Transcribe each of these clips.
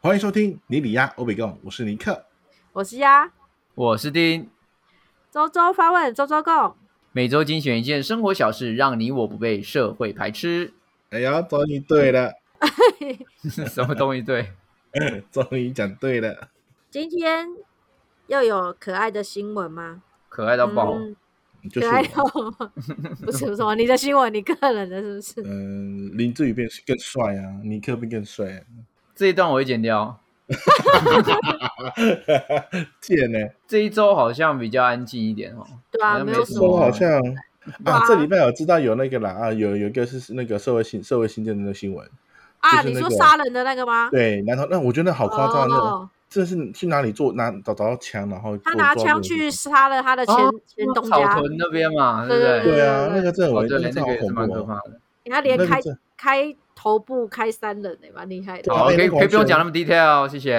欢迎收听尼里亚欧北共，我是尼克。我是鸭，我是丁，周周发问，周周共。每周精选一件生活小事，让你我不被社会排斥。哎呀，终于对了，什么东西对？终于讲对了。今天又有可爱的新闻吗？可爱到爆！嗯就可是爱我到不是不是，你的新闻，你个人的是不是？嗯，林志宇变更帅啊，尼克变更帅、啊，这一段我会剪掉。贱呢、欸！这一周好像比较安静一点哦。对啊，好像没没有什什么我么好像啊哇，这礼拜我知道有那个啦啊，有有一个是那个社会新社会新建的那个新闻，就啊。是你那说个杀人的那个吗？对，然后那我觉得好夸张，那种哦，这是去哪里做拿找找到枪，然后他做拿做枪这种去杀了他的前哦前东草家，屯那边嘛，对对不对对啊，那个真的我哦，觉对，得真那的好个也是恐蛮怖可哦。怕的。他连那个开真开头部开三人哎，蛮厉害的对。啊好，可那以个可以不用完全讲那么 detail，谢 谢。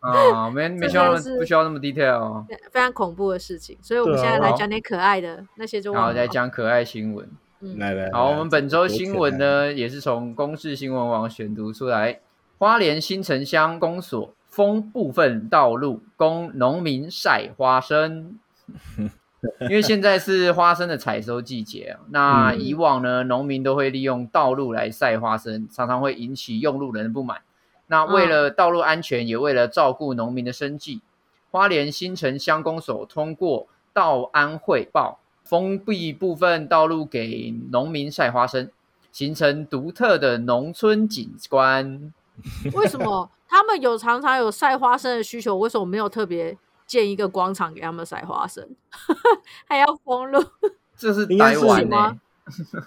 啊，没没需要那真的是么不需要那么 detail。非常恐怖的事情，所以我们对啊现在来好讲点可爱的，那些就忘好，了再讲可爱新闻。嗯来来，好，来我们本周新闻？多可爱呢，也是从公视新闻网选读出来。花莲新城乡公所封部分道路供农民晒花生，因为现在是花生的采收季节啊。那嗯以往呢，农民都会利用道路来晒花生，常常会引起用路人的不满。那为嗯了道路安全，也为了照顾农民的生计，花莲新城乡公所通过道安汇报，封闭部分道路给农民晒花生，形成独特的农村景观。为什么他们有常常有晒花生的需求，为什么没有特别建一个广场给他们晒花生？ 还要封路，这是应该台是湾什呢、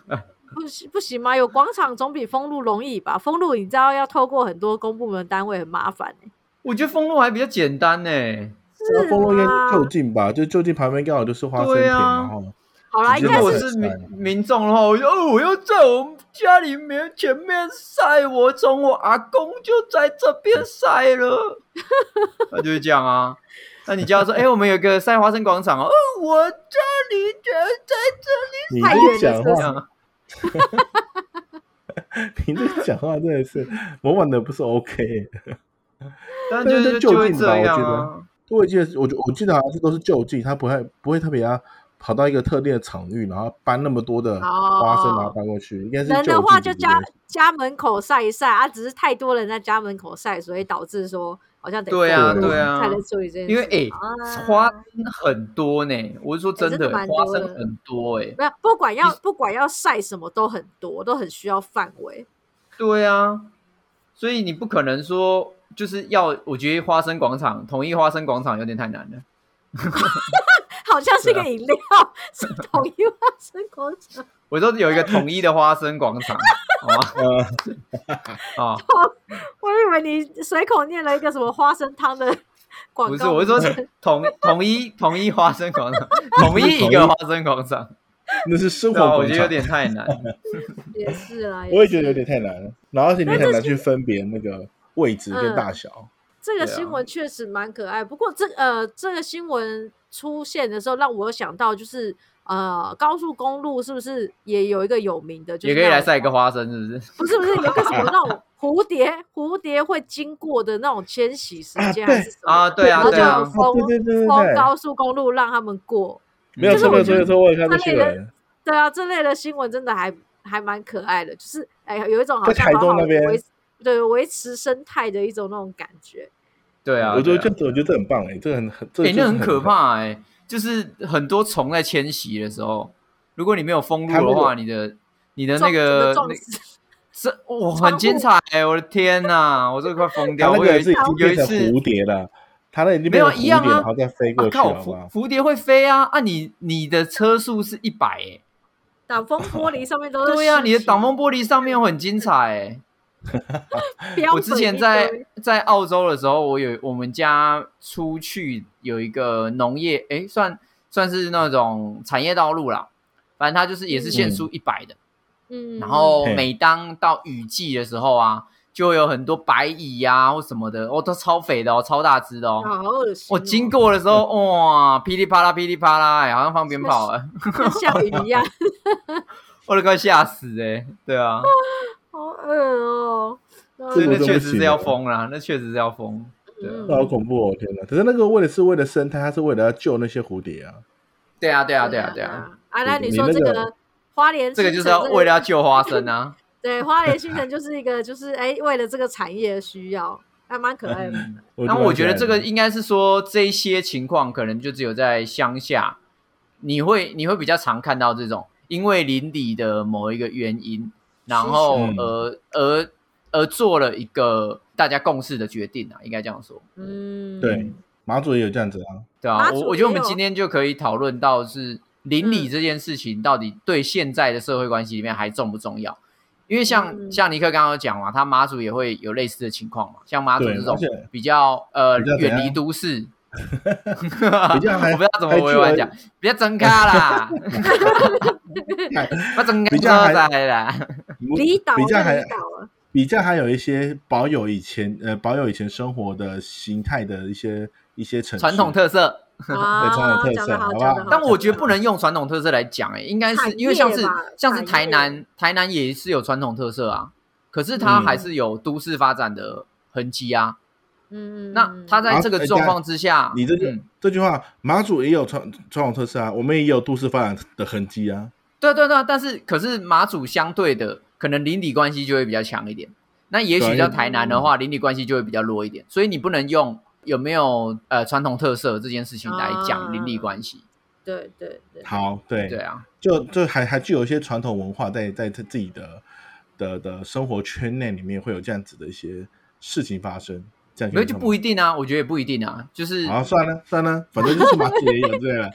么不行不行吗？有广场总比封路容易吧？封路你知道要透过很多公部门单位，很麻烦、欸、我觉得封路还比较简单呢、这啊个风应是啊该吗就就近吧，就就近旁边刚好就是花生对田，啊然后好啦，直应如接该果我是是民民众的话，我就哦，我要在我们家里面前面晒，我从我阿公就在这边晒了， 那就是这样啊。那你就要说，哎、我们有个晒花生广场哦，哦我这里就在这你太远了这讲是不里，这话，样你这讲话真的是模仿的不是 OK。但就是但是就就会近吧这我样觉啊。我记得是，我觉我记得好像是都是就近，他不会不会特别要跑到一个特定的场域，然后搬那么多的花生，哦然后搬过去，应该是人就的近话比就例家家门口晒一晒啊，只是太多人在家门口晒，所以导致说好像得对啊封路对啊才能处理这件事。因为哎、啊花生很多呢，我是说真真的的，蛮多花的生很多哎、没有，不管要你不管要晒什么都很多，都很需要范围。对啊，所以你不可能说就是要，我觉得花生广场统一花生广场有点太难了。好像是一啊个饮料，是统一花生广场。我说有一个统一的花生广 场，好呃， 吗？啊、我以为你随口念了一个什么花生汤的 广告。不是，我是说统统一统一花生广 场，统一一个花生广场，那是生活对啊，我广觉得有场。点太 难。也是啦，我也觉是得有点太难了，然后而且你但很这难去分别那个位置跟嗯大小。这个对啊新闻确实蛮可爱。不过这呃这个新闻出现的时候，让我有想到就是呃高速公路是不是也有一个有名的，就是也可以那来种晒一个花生，是不是？不是不是有个什么 那种蝴蝶蝴蝶会经过的那种迁徙时间啊还是什么？啊，对啊，对然后啊哦就，封对对对对封对，高速公路让他们过。 没有就是错没我有觉错没得有错，我也看到他新那个闻。对啊，这类的新闻真的还还蛮可爱的，就是哎呀，有一种好在像台好东好那地边维持对维持生态的一种那种感觉。对啊，我觉得对啊这样子，我觉得这很棒哎，这很很这哎，就那是很可。怕哎、就是很多虫在迁徙的时候，如果你没有封路的话，你的你的那撞个撞那死这我窗户很精彩欸，我的天呐，我都快疯它掉！那我有个一是次已经有一变成次蝴蝶了，它那已经没变有成蝴一蝶，样啊然后再飞啊过去，靠，好不蝴好？蝴蝶会飞啊啊！你你的车速是一百哎，挡风玻璃上面都是对呀、啊尸你的体挡风玻璃上面很精彩哎。标我之本前一在堆在澳洲的时候，我有我们家出去有一个农业，诶，算算是那种产业道路啦，反正它就是也是限速一百的。嗯，然后嘿每当到雨季的时候啊，就会有很多白蚁呀、或什么的，哦，都超肥的哦，超大只的哦。好哦恶心、我经过的时候，哇，噼里啪啦，噼里啪啦、哎，好像放鞭炮了，跟下雨一样，欸我都快吓死哎、对啊， 好恶哦、对啊这个那真确不实行是要欸封啦，那确实是要封。对嗯啊那好恐怖哦！天哪！可是那个为了是为了生态，它是为了要救那些蝴蝶啊。对啊，对对啊，对啊，对啊，。啊，那你你说那这个个花莲这个新就是城要这个为了要救花生 啊。对花莲新城就是一个就是哎，为了这个产业的需要，还蛮可爱的。嗯哎我那我觉得这个蛮喜欢应该是说，这一些情况可能就只有在乡下，你会你会比较常看到这种，因为邻里的某一个原因，然后是是而而而做了一个大家共识的决定啊，应该这样说，嗯，对马祖也有这样子啊。对啊马，祖我我觉得我们也有今天就可以讨论到是邻里这件事情到底对现在的社会关系里面还重不重要？因为像、嗯像尼克刚刚有讲嘛，他马祖也会有类似的情况嘛，像马祖对这种而且比较呃比较怎样远离都市， 比较还我不知道怎么委婉讲，比较增加 啦，我增比较加还车仔 啦，离岛比较就还离岛啊了，比较还有一些保有以前呃保有以前生活的形态的一些一些城市传统特色。 对传哇统，特啊讲得色好，好不讲好得好。但我觉得不能用传统特色来讲，哎，应该是哦产因为像是业吧像是台产业南，台南也是有传统特色啊，可是它嗯还是有都市发展的痕迹啊。嗯，嗯那嗯它在这啊个哎状况之下，你这句、嗯这句话，马祖也有传传统特色啊，我们也有都市发展的痕迹啊。对对对啊，但是可是马祖相对的，可能邻里关系就会比较强一点。那也许对啊像台南的话，邻里关系就会比较弱一点，所以你不能用有没有呃传统特色这件事情来讲邻里关系。啊对对对，好，对，对啊，就就还还具有一些传统文化在在自自己的的的生活圈内里面会有这样子的一些事情发生，这样没有就不一一定啊，我觉得也不一定啊，就是好算了算了，反正就是马祖也有对了。啊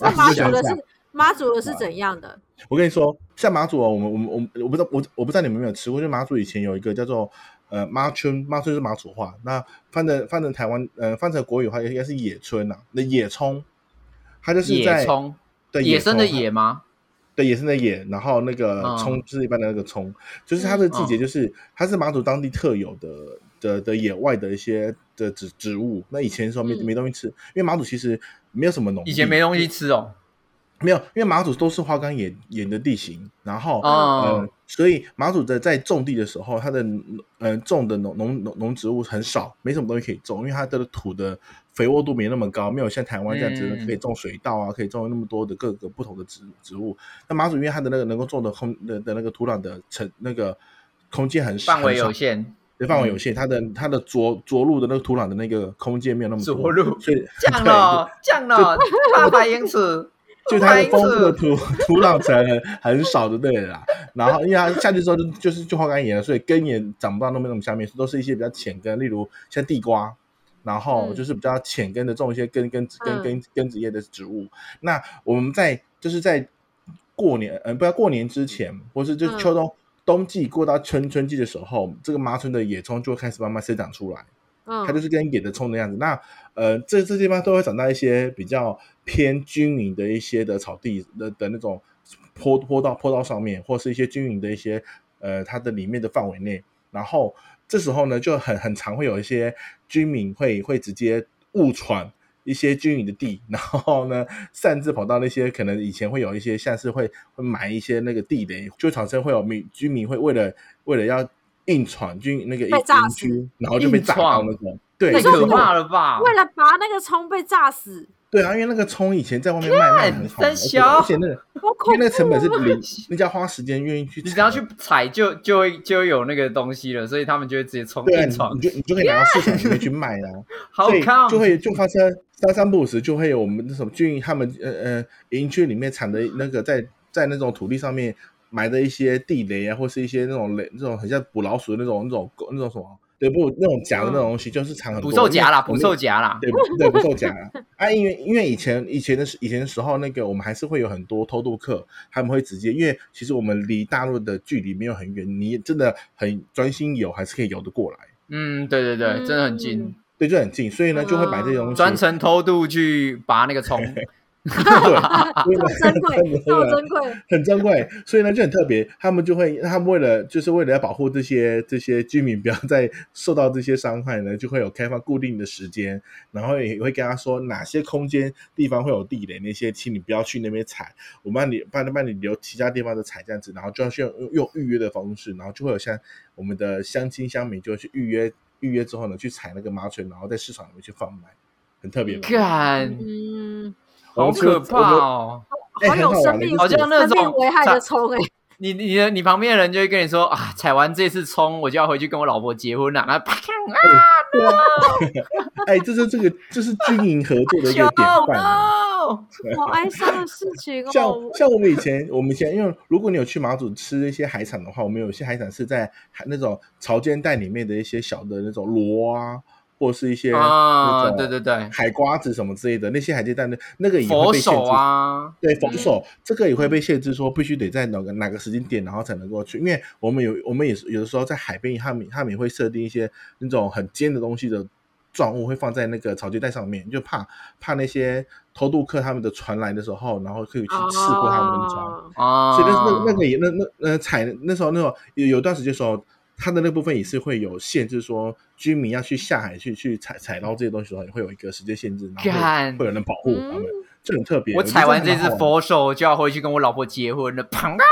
那马马祖就祖想的一下是马祖的是怎样的？ 我跟你说，像马祖哦，我们我们我们我不知道我我不知道你们有没有吃过，就马祖以前有一个叫做呃妈村，妈村就是马祖话，那翻成翻成台湾呃翻成国语的话应该是野村呐、那野葱，它就是在野葱，对野生的葱野吗？对，野生的野，然后那个嗯葱就是一般的那个葱，就是它的季节就是、它是马祖当地特有的的的野外的一些的植植物。那以前的时候没、嗯没东西吃，因为马祖其实没有什么农地，啊以前没东西吃哦。没有，因为马祖都是花岗岩岩的地形，然后、哦呃，所以马祖的在种地的时候，它的呃种的农农农农植物很少，没什么东西可以种，因为它的土的肥沃度没那么高，没有像台湾这样子、嗯可以种水稻啊，可以种那么多的各个不同的植植物。那马祖因为它的那个能够种的空的的那个土壤的成那个空间很范围很少有限，嗯对范围有限，它的它的着着陆的那个土壤的那个空间没有那么多，着陆所以降 对了降了八百英尺， 就它的丰富的土 土壤层很很少，就对了啦。然后因为它下去之后就就是就花岗岩了，所以根也长不到那么那么下面，都是一些比较浅根，例如像地瓜，然后嗯就是比较浅根的种一些根根子根嗯根根子叶的植物。那我们在就是在过年，呃，不要过年之前，或是就嗯秋冬、冬季过到春春季的时候，这个麻村的野葱就会开始慢慢生长出来。嗯，它就是跟野的葱的样子。那呃，这这地方都会长到一些比较偏均匀的一些的草地的的那种坡坡道坡道上面，或是一些均匀的一些呃它的里面的范围内。然后这时候呢，就很很常会有一些居民会会直接误闯。一些均匀的地，然后呢，擅自跑到那些可能以前会有一些像是会会埋一些那个地雷，就产生会有民居民会为了为了要硬闯军那个被炸营死区，然后就被硬炸到闯那种。对，太就是可那种怕了吧？为了拔那个葱被炸死，对啊，因为那个葱以前在外面卖卖很好嘛，三而且小而且那个好因恐为那个成本是怖啊！零，那叫花时间愿意去采，你只要去踩就就会就会有那个东西了，所以他们就会直接冲对啊，硬你闯你，就你就可以拿到市场里面去卖啊。 好所以看，就会就发生三三不五时就会有我们那什么军营他们呃呃营区里面产的那个在在那种土地上面埋的一些地雷啊，或是一些那种雷那种很像捕老鼠的那种那种那种什么对不那种夹的那种东西，就是藏很嗯多捕兽夹啦，因为捕兽夹啦，对对捕兽夹啊啊，因为因为以前以前的时以前的时候，那个我们还是会有很多偷渡客，他们会直接，因为其实我们离大陆的距离没有很远，你真的很专心游，还是可以游得过来，嗯，对对对，嗯真的很近，哦嗯 对，就很近，所以呢就会买这些东西， 专程偷渡去拔那个葱，对，因为这么珍贵真的，这么真的珍贵，很珍贵，所以呢就很特别。他们就会，他们为了就是为了要保护这些这些居民不要再受到这些伤害呢，就会有开放固定的时间，然后也会跟他说哪些空间地方会有地雷那些，请你不要去那边踩，我帮你帮帮你留其他地方的踩这样子，然后就要去用用预约的方式，然后就会有像我们的乡亲乡民就会去预约，预约之后呢去踩那个麻锤，然后在市场里面去贩卖，很特别吧。干，嗯，我好们说可怕哦！哎好很有好玩生的命，就是生好像那种命危害的虫哎，你你的你旁边的人就会跟你说啊，踩完这次葱，我就要回去跟我老婆结婚了。那啪啊，对啊， 哎，这是这个这是军营合作的一个典哦范啊。 no！好哀伤的事情哦。像 像我们以前，我们以前，因为如果你有去马祖吃一些海产的话，我们有些海产是在海那种潮间带里面的一些小的那种螺啊，或是一些那啊，种对对对，海瓜子什么之类的，那些海间带的那个也会佛被限手制。啊，对，防守这个也会被限制，说必须得在哪个哪个时间点，然后才能够去。因为我们有，我们也是有的时候在海边，他们他们也会设定一些那种很尖的东西的状物，会放在那个草地带上面，就怕怕那些偷渡客他们的船来的时候，然后可以去刺破他们的船。哦啊，所以那那那个也那那呃采那时候那种有有段时间的时候，它的那部分也是会有限制，说居民要去下海去去采采捞这些东西的时候，也会有一个时间限制，然干嗯后会会有人保护他们，这很特别。我觉得踩完这这还蛮只好玩的佛手就要回去跟我老婆结婚了，砰啊！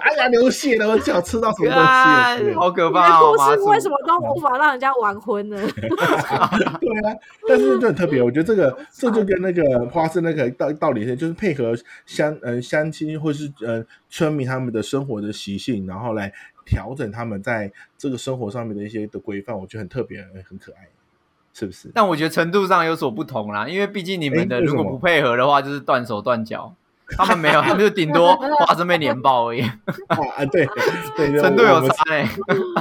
哎呀，流血了，我想吃到什么东西啊干了？好可你的怕哦！故麻事薯为什么都无法让人家完婚呢？ 对啊，但是就很特别，我觉得这个这就跟那个花生那个道道理是，就是配合乡呃乡亲或是呃村民他们的生活的习性，然后来调整他们在这个生活上面的一些的规范，我觉得很特别，呃很可爱，是不是？但我觉得程度上有所不同啦，因为毕竟你们的诶为什如么果不配合的话，就是断手断脚。他们没有，他们就顶多花生被碾爆而已，啊啊，对对对，程度我有们差嘞、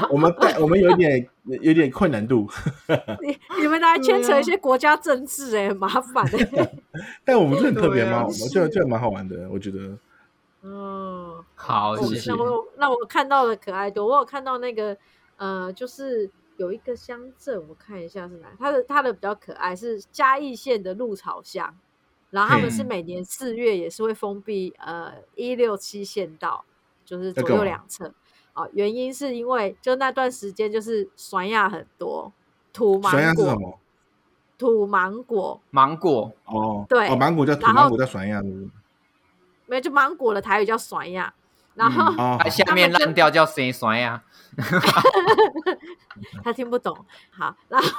我们带我们有点有点困难度，你你们来牵扯一些国家政治哎，很麻烦 哎。但我们这很特别对啊嘛，我就就蛮好玩的，我觉得。嗯，好，是谢谢让。我让我看到了可爱多，我有看到那个呃，就是有一个乡镇，我看一下是哪，它的它的比较可爱是嘉义县的鹿草乡，然后他们是嗯每年四月也是会封闭呃一六七县道，就是要左干右嘛两侧。哦，原因是因为就那段时间就是酸亚很多，土酸芒鸭是什果，么？土芒果，芒果哦，对哦，芒果叫土然后芒果叫酸鸭，是不是？没有就芒果的台语叫酸亚，然后、嗯哦，它下面烂掉叫谁酸呀？他听不懂。好，然后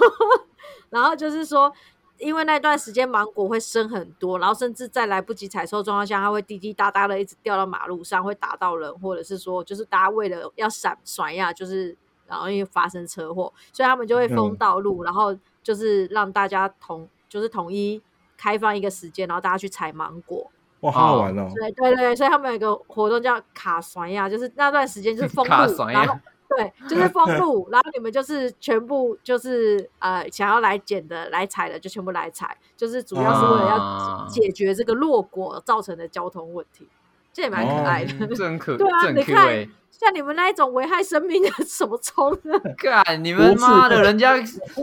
然后就是说，因为那段时间芒果会生很多，然后甚至在来不及采收状况下，它会滴滴答答的一直掉到马路上，会打到人，或者是说，就是大家为了要闪甩呀，就是然后因为发生车祸，所以他们就会封嗯道路，然后就是让大家统就是统一开放一个时间，然后大家去采芒果。哇，好好玩哦！对对对，所以他们有一个活动叫卡栓呀，就是那段时间就是 封卡路，栓然呀后对，就是封 路，然后你们就是全部就是呃想要来捡的、来采的就全部来采，就是主要是为了啊要解决这个落果造成的交通问题，这也蛮可爱的。嗯这很可，对啊这很你 Q 看哎、像你们那一种危害生命的 什么虫呢？干，你们不是妈的，人 家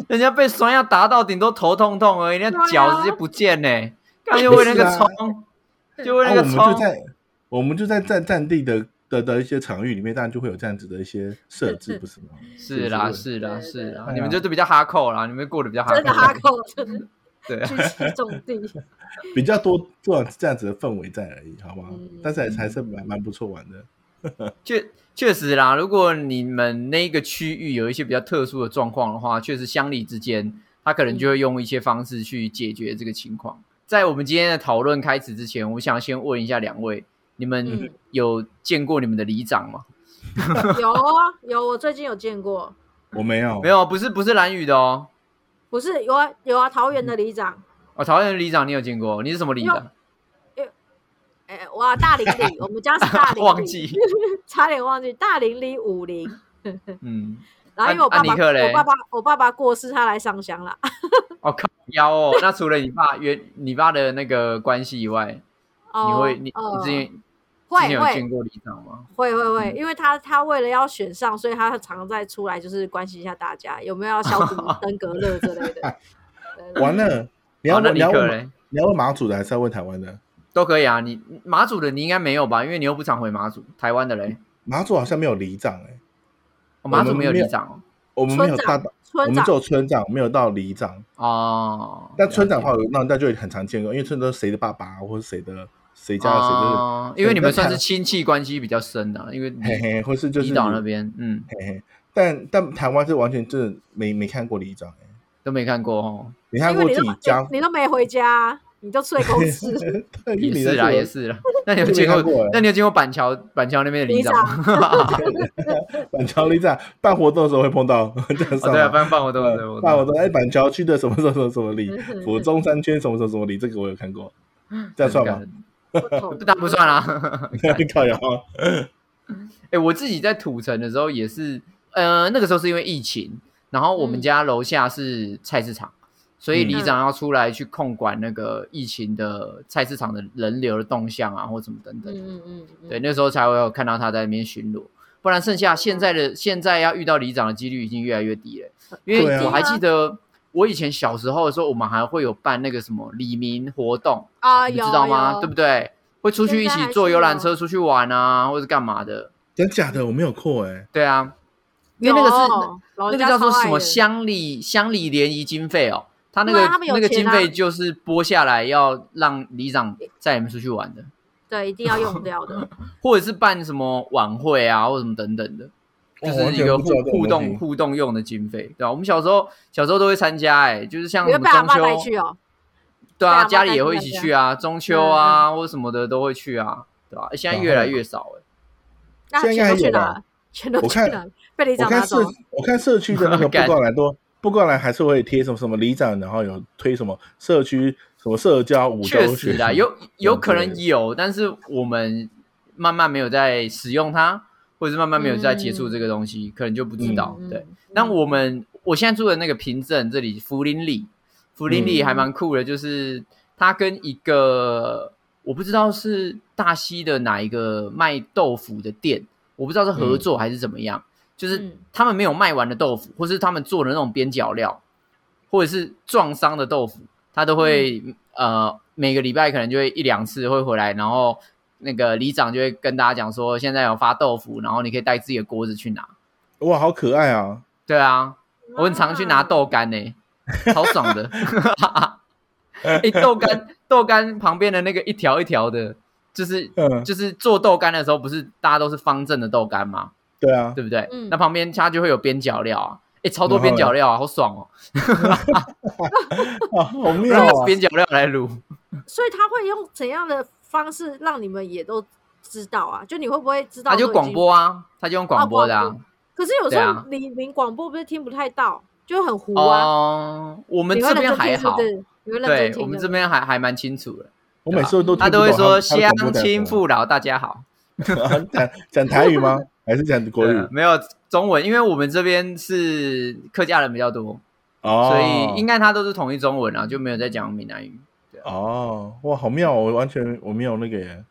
人家被酸药打到，顶多头痛痛而已，人家对啊脚直接不见 呢、干就为那个不是啊葱，就为啊，那我个们葱就。在我们就在占占地的的的一些场域里面，当然就会有这样子的一些设置，不是吗？是啦，对是啦，对对是啦对，啊你们就是比较哈扣啦，你们过得比 较哈真的哈扣， 口，真的对啊去， 吃种地。比较多这样这样子的氛围在而已，好不好？嗯但是还是还是蛮蛮不错玩的。确确实啦。如果你们那个区域有一些比较特殊的状况的话，确实乡里之间，他可能就会用一些方式去解决这个情况。在我们今天的讨论开始之前，我想先问一下两位，你们嗯有见过你们的里长吗？有啊有，我最近有见过，我没有，没，有，不是不是蓝宇的哦。不是有啊有啊，桃园的里长。哦，桃园的里长你有见过？你是什么里长？哎、哇，大林里，我们家是大林里， 忘 记差点忘记大林里五林。 嗯，然后因为我安爸安爸，妮克嘞我爸爸，我爸爸过世，他来上香了。 哦靠腰哦。那除了你爸原你爸的那个关系以外，哦，你会你呃你之前之前会有见会过里长吗？会会会，嗯因为他他为了要选上，所以他常常在出来就是关心一下大 家有没有要消毒登革热之类的。对对对完了，你要哦好那问你尼要克问嘞，你要问马祖的还是要问台湾的？都可以啊。你马祖的你应该没有吧？因为你又不常回马祖。台湾的嘞，马祖好像没有里长哎、哦马祖我们没有没里有长我们没有大到，我村们长只有村长，没有到里长。哦。哦， 但村长了的话，那那就很常见，因为村长是谁的爸爸或者谁的谁解家的谁就是、哦，因为你们但算台是亲戚关系比较深的、因为离嘿嘿，或是就是离岛那边，嗯，嘿嘿。但但台湾是完全真的没没看过里长、欸，都没看过哦。你看因为过你自都己家你你都没回家，你都睡 公司。嗯对，也你是啦，也是 啦。那你有就没见看过过欸？那你有见过板桥板桥那边的里里长吗？板桥里长办活动的时候会碰到， 这 样哦，上对啊，吗。办办活动，对呃活办活动，动，哎，板桥区的什么什么什么什么里嗯嗯，嗯府中山圈什么什么什么里，这个我有看过，这样算吗？不 同不当然不算啦。靠啊摇， 哎、我自己在土城的时候也是，呃，那个时候是因为疫情，然后我们嗯家楼下是菜市场，所以嗯里长要出来去控管那个疫情的菜市场的人流的动向啊，或什么等等。嗯嗯嗯，对，那时候才会有看到他在那边巡逻。不然剩下现在嗯的现在要遇到里长的几率已经越来越低了，因对为啊我还记得我以前小时候的时候，我们还会有办那个什么里民活动，啊，你有知道吗？有对不对？会出去一现在起还坐是游览有车出去玩啊，或者干嘛的？真假的我没有过哎，对啊，因为那个是那有哦老那人个家叫做超爱什么的乡里乡里联谊经费哦，他那对个、啊他们有那个钱经啊费就是拨下来要让里长带你们出去玩的，对，一定要用掉的。或者是办什么晚会啊，或什么等等的，就哦是完一全个不互知道这种互东西动互动用的经费，对吧、我们小时候小时候都会参加、哎，就是 像你什会么被阿爸带中秋，去哦？对啊，被阿嬷家里也会一带去起嗯参加去啊，中秋啊、或什么的都会去啊，对吧、现在越来越少哎了、那现在应该全还都去有吧哪？全都我去看哪？被里我长拿看走社。我看社区的那个 布干告栏都布告栏还是会贴什么什么里长，然后有推什么社区什么社交五确周实学啊，有有可对能有，但是我们慢慢没有在使用它，或者是慢慢没有在接触这个东西，可能就不知道。嗯对嗯，那我们我现在住的那个平镇这里福林里，福林嗯里还蛮酷的，就是它跟一个我不知道是大溪的哪一个卖豆腐的店，我不知道是合作还是怎么样，就是嗯他们没有卖完的豆腐，或是他们做的那种边角料，或者是撞伤的豆腐，他都会、嗯呃每个礼拜可能就会一两次会回来，然后那个里长就会跟大家讲说，现在有发豆腐，然后你可以带自己的锅子去拿。哇，好可爱啊！对啊，我很常去拿豆干呢、超爽的。 哎、豆干豆干旁边的那个一条一条的，就是嗯，就是做豆干的时候，不是大家都是方正的豆干吗？对啊，对不对？嗯那旁边它就会有边角料啊，哎，超多边角料啊，好爽哦！啊好我妙用啊！边角料来卤，哇，所以他会用怎样的方式让你们也都知道啊？就你会不会知道？他就广。播啊，他就用广播的啊啊广。可是有时对候啊你你广播不是听不太到，就很糊啊。哦，我们你会这认边真还听是好不，是？你会认真对听我们的这边还还蛮清楚的，我每次都啊他听不都会懂说他们他乡们广播在亲说父老大家好。什么 讲讲台 语吗？还是讲国对啊语？没有中文，因为我们这边是客家人比较多，哦，所以应该他都是统一中文啊，就没有在讲闽南语。哦，哇，好妙哦！我完全我没有那个耶，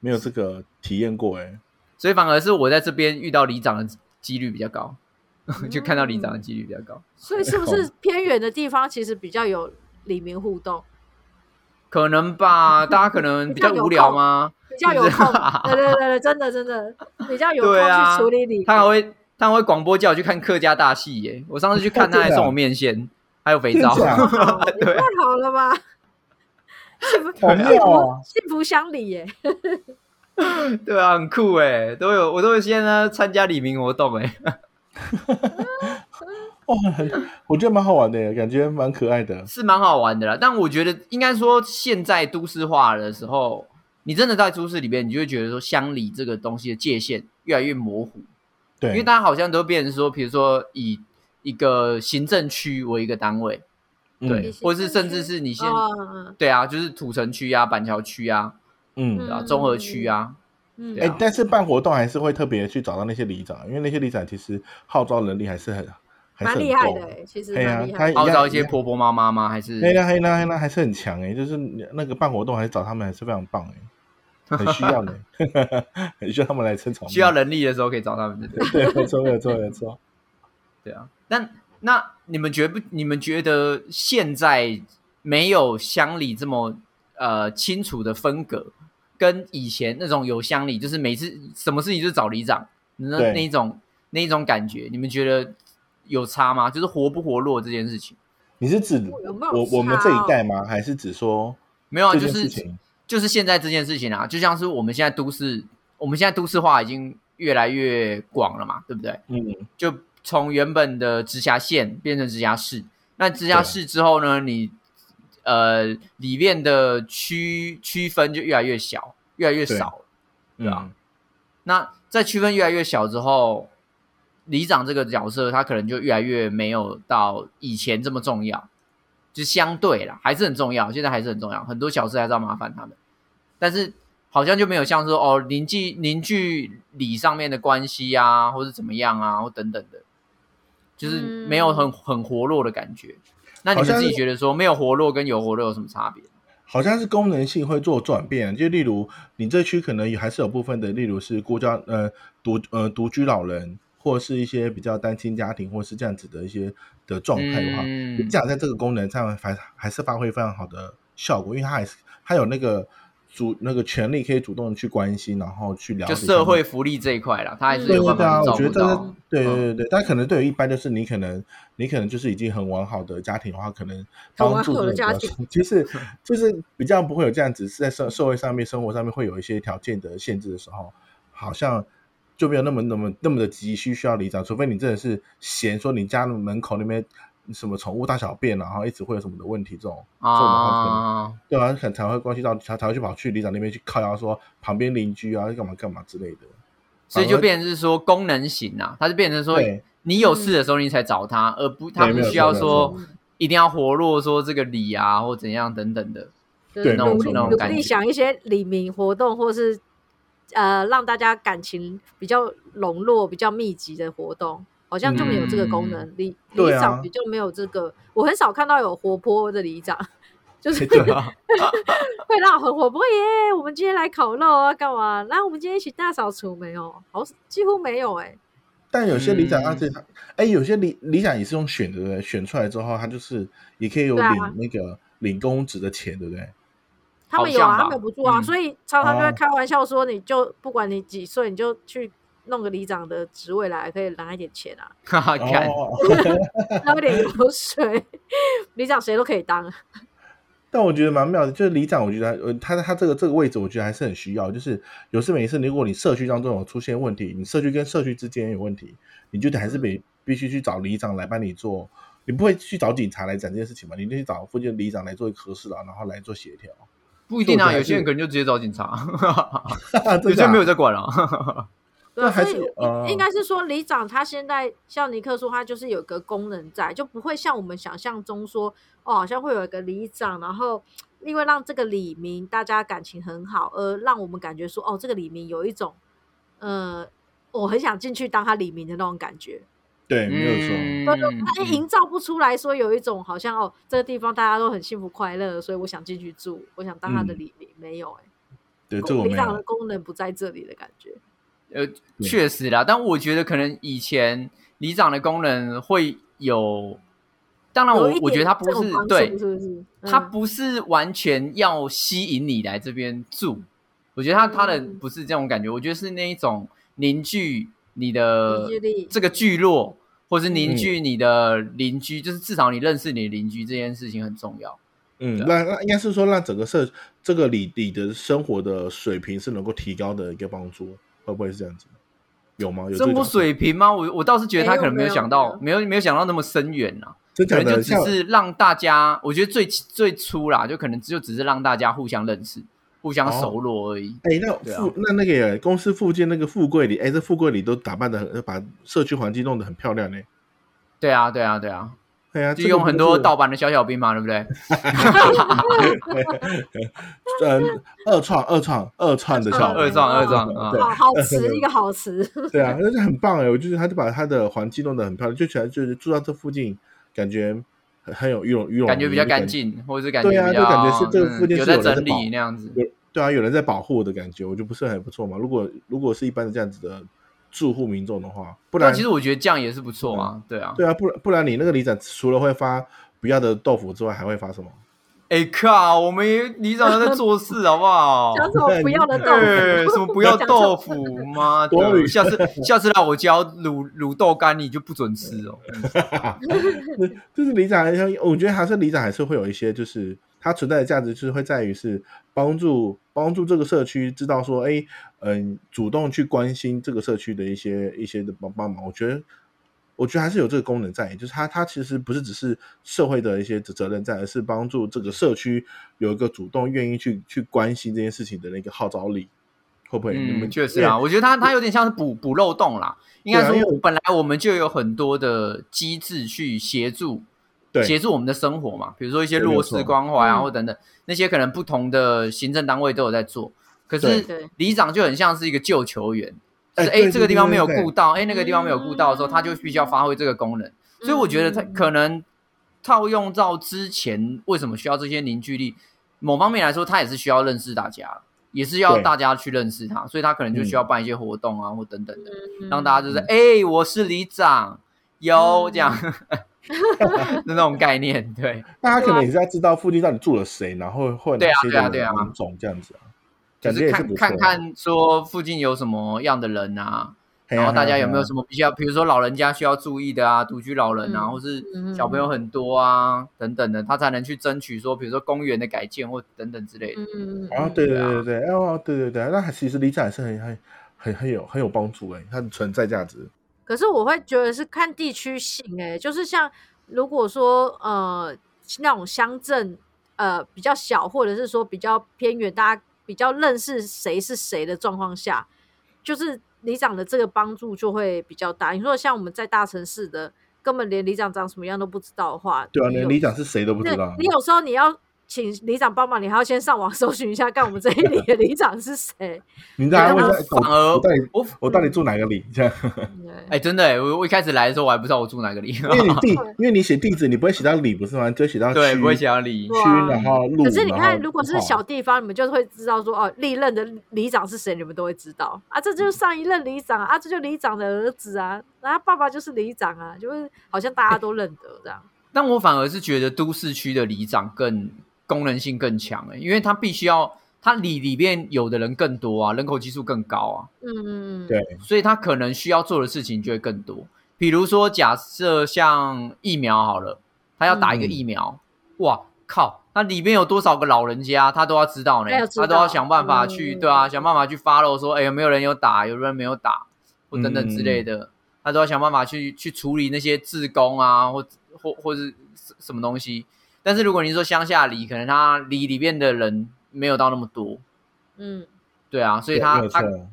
没有这个体验过哎。所以反而是我在这边遇到里长的几率比较高， 嗯就看到里长的几率比较高。所以是不是偏远的地方其实比较有里民互动，可能嗯吧，大家可能比较无聊 吗？比较有是空不是？对对对对，真的真的比较有空对啊去处理你。他还会他还会广播叫我去看客家大戏耶！我上次去看，他还送我面线，还有肥皂。真假好也对太好 了吧？幸福好幸妙福啊幸福乡里耶， 对啊，很酷哎，都有我都有先呢参加李明活动哎，哇，很我觉得蛮好玩的耶，感觉蛮可爱 的。是蛮好玩的啦。但我觉得应该说，现在都市化的时候，你真的在都市里面，你就会觉得说乡里这个东西的界限越来越模糊，因为对，大家好像都变成说，比如说以一个行政区为一个单位，对，嗯或是甚至是你现、嗯对啊，就是土城区啊、板桥区啊、嗯嗯嗯对啊、中和区啊，嗯对哎、啊但是办活动还是会特别去找到那些里长，因为那些里长其实号召能力还是很还是蛮很厉害够的。哎，其实哎呀蛮厉他害也的。号召一些一样婆婆妈妈吗？还是黑啦黑啦黑啦还是很强哎、就是那个办活动还是找他们还是非常棒 哎、很需要呢、 很需要他们来撑场面。需要人力的时候可以找他们？对不对对，没错没错没错。对啊，但那你们觉不？你们觉得现在没有乡里这么呃清楚的分隔，跟以前那种有乡里，就是每次什么事情就找里长，那对那一种那一种感觉，你们觉得有差吗？就是活不活络这件事情，你是指有没有我我们差这一哦代吗？还是指说没有啊，这就件事是情？就是现在这件事情啊，就像是我们现在都市，我们现在都市化已经越来越广了嘛，对不对？嗯，就从原本的直辖县变成直辖市。那直辖市之后呢，你呃里面的区区分就越来越小，越来越对少了。对啊，那在区分越来越小之后，里长这个角色他可能就越来越没有到以前这么重要，就相对啦，还是很重要，现在还是很重要，很多小事还是要麻烦他们，但是好像就没有像说哦邻居邻居里上面的关系啊，或是怎么样啊，或等等的，就是没有很很活络的感觉。那你好们像自己是觉得说没有活络跟有活络有什么差别？好像是功能性会做转变，啊就例如你这区可能还是有部分的，例如是孤家呃独呃独居老人，或是一些比较单亲家庭，或是这样子的一些的状态的话，嗯你讲在这个功能上还还是发挥非常好的效果，因为它还是它有那个主那个权利可以主动去关心，然后去了解就他社们会福利这一块啦，他还是对有对办对啊，法我照觉顾得到。对对嗯对对，但可能对于一般就是你可能你可能就是已经很完好的家庭的话，可能很帮完助好这的个比家较庭少，就是就是比较不会有这样子，是在社社会上面、生活上面会有一些条件的限制的时候，好像就没有那么那么那么的急需需要离长，除非你真的是嫌说你家门口那边什么宠物大小便，然后一直会有什么的问题这种这种的话可能啊，对啊，可能才会关系到才才会去跑去里长那边去靠腰说旁边邻居啊干嘛干嘛之类的， 所以就反而变成是说功能型啊，它就变成说对你有事的时候你才找他，而不他对不没有需要错没有说错一定要活络说这个理啊或怎样等等 的。就对是努那种力那种努感力觉想一些里民活动，或是呃让大家感情比较笼络、比较密集的活动，好像就没有这个功能。里里对啊长比较没有这个，我很少看到有活泼的里长， 就是对会让很活泼耶。我们今天来烤肉啊，干嘛？那我们今天一起大扫除没有？好，几乎没有哎、但有些里长他嗯是，哎、有些里里长也是用选的，对不对？选出来之后，他就是也可以有对领啊那个、领公职的钱，对不对？他们有好啊，像吧他们有补助啊，嗯所以常常就会哦开玩笑说，你就不管你几岁，你就去弄个里长的职位来，可以拿一点 钱啊。哈哈，看 哦，喝点油水， 里长谁都可以 当。但我觉得蛮妙的，就是里长，我觉得他呃他他这个这个位置，我觉得还是很需要。就是有事没事，如果你社区当中有出现问题，你社区跟社区之间有问题，你就得还是得必须去找里长来帮你做。你不会去找警察来讲这件事情嘛？你就去找附近的里长来做一个合适的，然后来做协调。 不一定啊，就我觉得还是有些人可能就直接找警 察，有真些的、人啊没有，在管啊。对啊，还所是以嗯呃应该是说里长他现在像尼克说，他就是有个功能在，就不会像我们想象中说，哦，好像会有一个里长，然后因为让这个里民大家感情很好，而让我们感觉说，哦，这个里民有一种，呃，我很想进去当他里民的那种感觉。对，哎没有错。他嗯他营造不出来说有一种好像哦，这个地方大家都很幸福快乐，所以我想进去住，我想当他的嗯里民，没有哎、对，这个我里没长的有。功能不在这里的感觉。呃，确实啦，但我觉得可能以前里长的功能会有，当然有我一我觉得点他不这种是方式对，是不是？他嗯不是完全要吸引你来这边住，我觉得他他的嗯不是这种感觉，我觉得是那一种凝聚你的凝聚力嗯这个聚落，或是凝聚你的邻居，就是至少你认识你的邻居这件事情很重要。嗯，那那应该是说让整个社这个里里的生活的水平是能够提高的一个帮助，会不会是这样子？有吗？有这生活种水平吗？我我倒是觉得他可能没有想到，没没有没有想到那么深远啊，真可假能就的？只像是让大家，我觉得最最初啦，就可能就只是让大家互相认识、互相哦熟络而已。哎，那对啊富、那那个也公司附近那个富贵里，哎，这富贵里都打扮的很，把社区环境弄得很漂亮呢。对啊，对啊，对啊，对啊，就这个用很多不是盗版的小小兵嘛，对不对？嗯二创二创二创的二效创果，二创二创对啊对好好 词一个好词，对啊，那是很棒哎！我就是他就把他的环境弄得很漂亮，就起来就是住到这附近，感觉很很有鱼龙鱼龙，感觉比较干，净，或者是感觉对啊比较就感觉是这个附近嗯有是在有人在整保理那样子。有对啊，有人在保护我的感觉，我就不是很不错嘛。如果如果是一般的这样子的住户民众的话，不那然啊嗯其实我觉得这样也是不错啊，对啊，对啊，不然不然你那个里长除了会发不要的豆腐之外，还会发什么？哎靠，我们也里长在做事好不好？讲什么不 要的豆哎，腐，什么不要豆腐？妈多的，余下次下次来我家卤卤豆干，你就不准吃哦。就是里长，我觉得还是里长还是会有一些，就是它存在的价值，就是会在于是帮助帮助这个社区知道说，哎，嗯，主动去关心这个社区的一些一些的帮帮忙。我觉得，我觉得还是有这个功能在，就是它它其实不是只是社会的一些责责任在，而是帮助这个社区有一个主动愿意去去关心这件事情的那个号召力，会不会？你嗯，们确实啊，，我觉得它它有点像是补补漏洞啦。应该对啊因为说，本来我们就有很多的机制去协助对协助我们的生活嘛，比如说一些对没有弱势错关怀啊，嗯或等等那些可能不同的行政单位都有在做。可对对是里长就很像是一个救球员，哎是对哎这个地方没有对对对顾到，哎那个地方没有顾到的时候，他就必须要发挥这个功能。所以我觉得他可能套用到之前为什么需要这些凝聚力，某方面来说，他也是需要认识大家，也是要对大家去认识他，所以他可能就需要办一些活动啊，或等等的，让大家就是嗯哎、我是里长，有、这样 的那种概念，对，大家可能也是要知道附近到底住了谁，然后会有哪对啊些对啊人对啊民众这样子啊，就 感觉也看不错啊看。看说附近有什么样的人啊，嘿啊然后大嘿啊家有嘿没有啊什么比较，比如说老人家需要注意的啊，独居老人啊，嗯或是嗯小朋友很多啊等等的，他才能去争取说，比如说公园的改建或等等之类的。嗯，啊，对对对啊对对，啊，对对对，那还其实理解还是很很很很有很有帮助哎，它的存在价值。可是我会觉得是看地区性、欸，就是像如果说呃那种乡镇呃比较小，或者是说比较偏远，大家比较认识谁是谁的状况下，就是里长的这个帮助就会比较大。你说像我们在大城市的，根本连里长长什么样都不知道的话，对啊，你连有理想是谁都不知对道啊你。有时候你要。请里长帮忙，你还要先上网 搜寻一下，看我们这一里的里长是谁。 你大家对问啊一下，反而我到底我我到底住哪个里？这样，对哎、真的哎、我我一开始来的时候我还不知道我住哪个里，因为 你地，因为你写地址，你不会写到里，不是吗？你只会写嗯到对，区不会写到里。区，哇然后路。可是你然看，后哦如果是号小地方，你们就会知道说，哦，历任的里长是谁，你们都会知道啊。这就是上一任里长啊，这就是里长的儿子啊，然后爸爸就是里长啊，就是好像大家都认得这样。但我反而是觉得都市区的里长更功能性更强哎、因为他必须要他里里面有的人更多啊，人口基数更高啊， 嗯嗯，嗯对所以他可能需要做的事情就会更多。比如说，假设像疫苗好了，他要打一个嗯疫苗，哇靠，那里面有多少个老人家，他都要知道呢他要，知道他都要想办法去，嗯对啊，想办法去 follow 说，哎，有没有人有打，有人没有打，或等等之嗯类的，他都要想办法去去处理那些志工啊，或或或是什什么东西。但是如果你说乡下里，可能他里里面的人没有到那么多，嗯，对啊，所以对没他有他错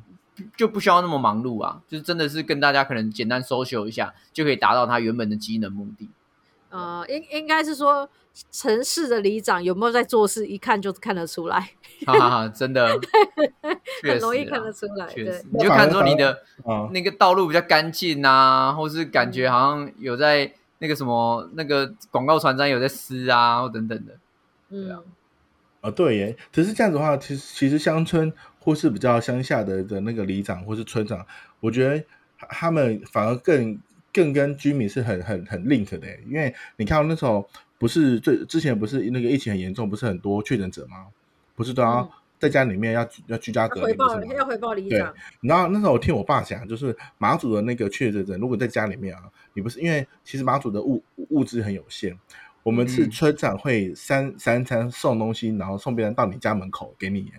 就不需要那么忙碌啊，就是真的是跟大家可能简单 social 一下，就可以达到他原本的机能目的。呃，应应该是说城市的里长有没有在做事，一看就看得出来，哈哈哈，真 的，确实很容易啊看得出来。确实对，，你就看说你的啊，那个道路比较干净啊，或是感嗯觉好像有在那个什么那个广告传单有在撕啊，或等等的。对啊嗯，啊，对耶。只是这样子的话，其实其实乡村或是比较乡下的的那个里长或是村长，我觉得他他们反而更更跟居民是很很很 link 的耶，因为你看到哦那时候不是最之前不是那个疫情很严重，不是很多确诊者吗？不是都要嗯在家里面要居要居家要隔离，回不报是吗要回报里对长，然后那时候我听我爸讲，就是马祖的那个确诊者，如果在家里面啊，你不是因为其实马祖的物物资很有限，我们是嗯村长会三三餐送东西，然后送别人到你家门口给你耶。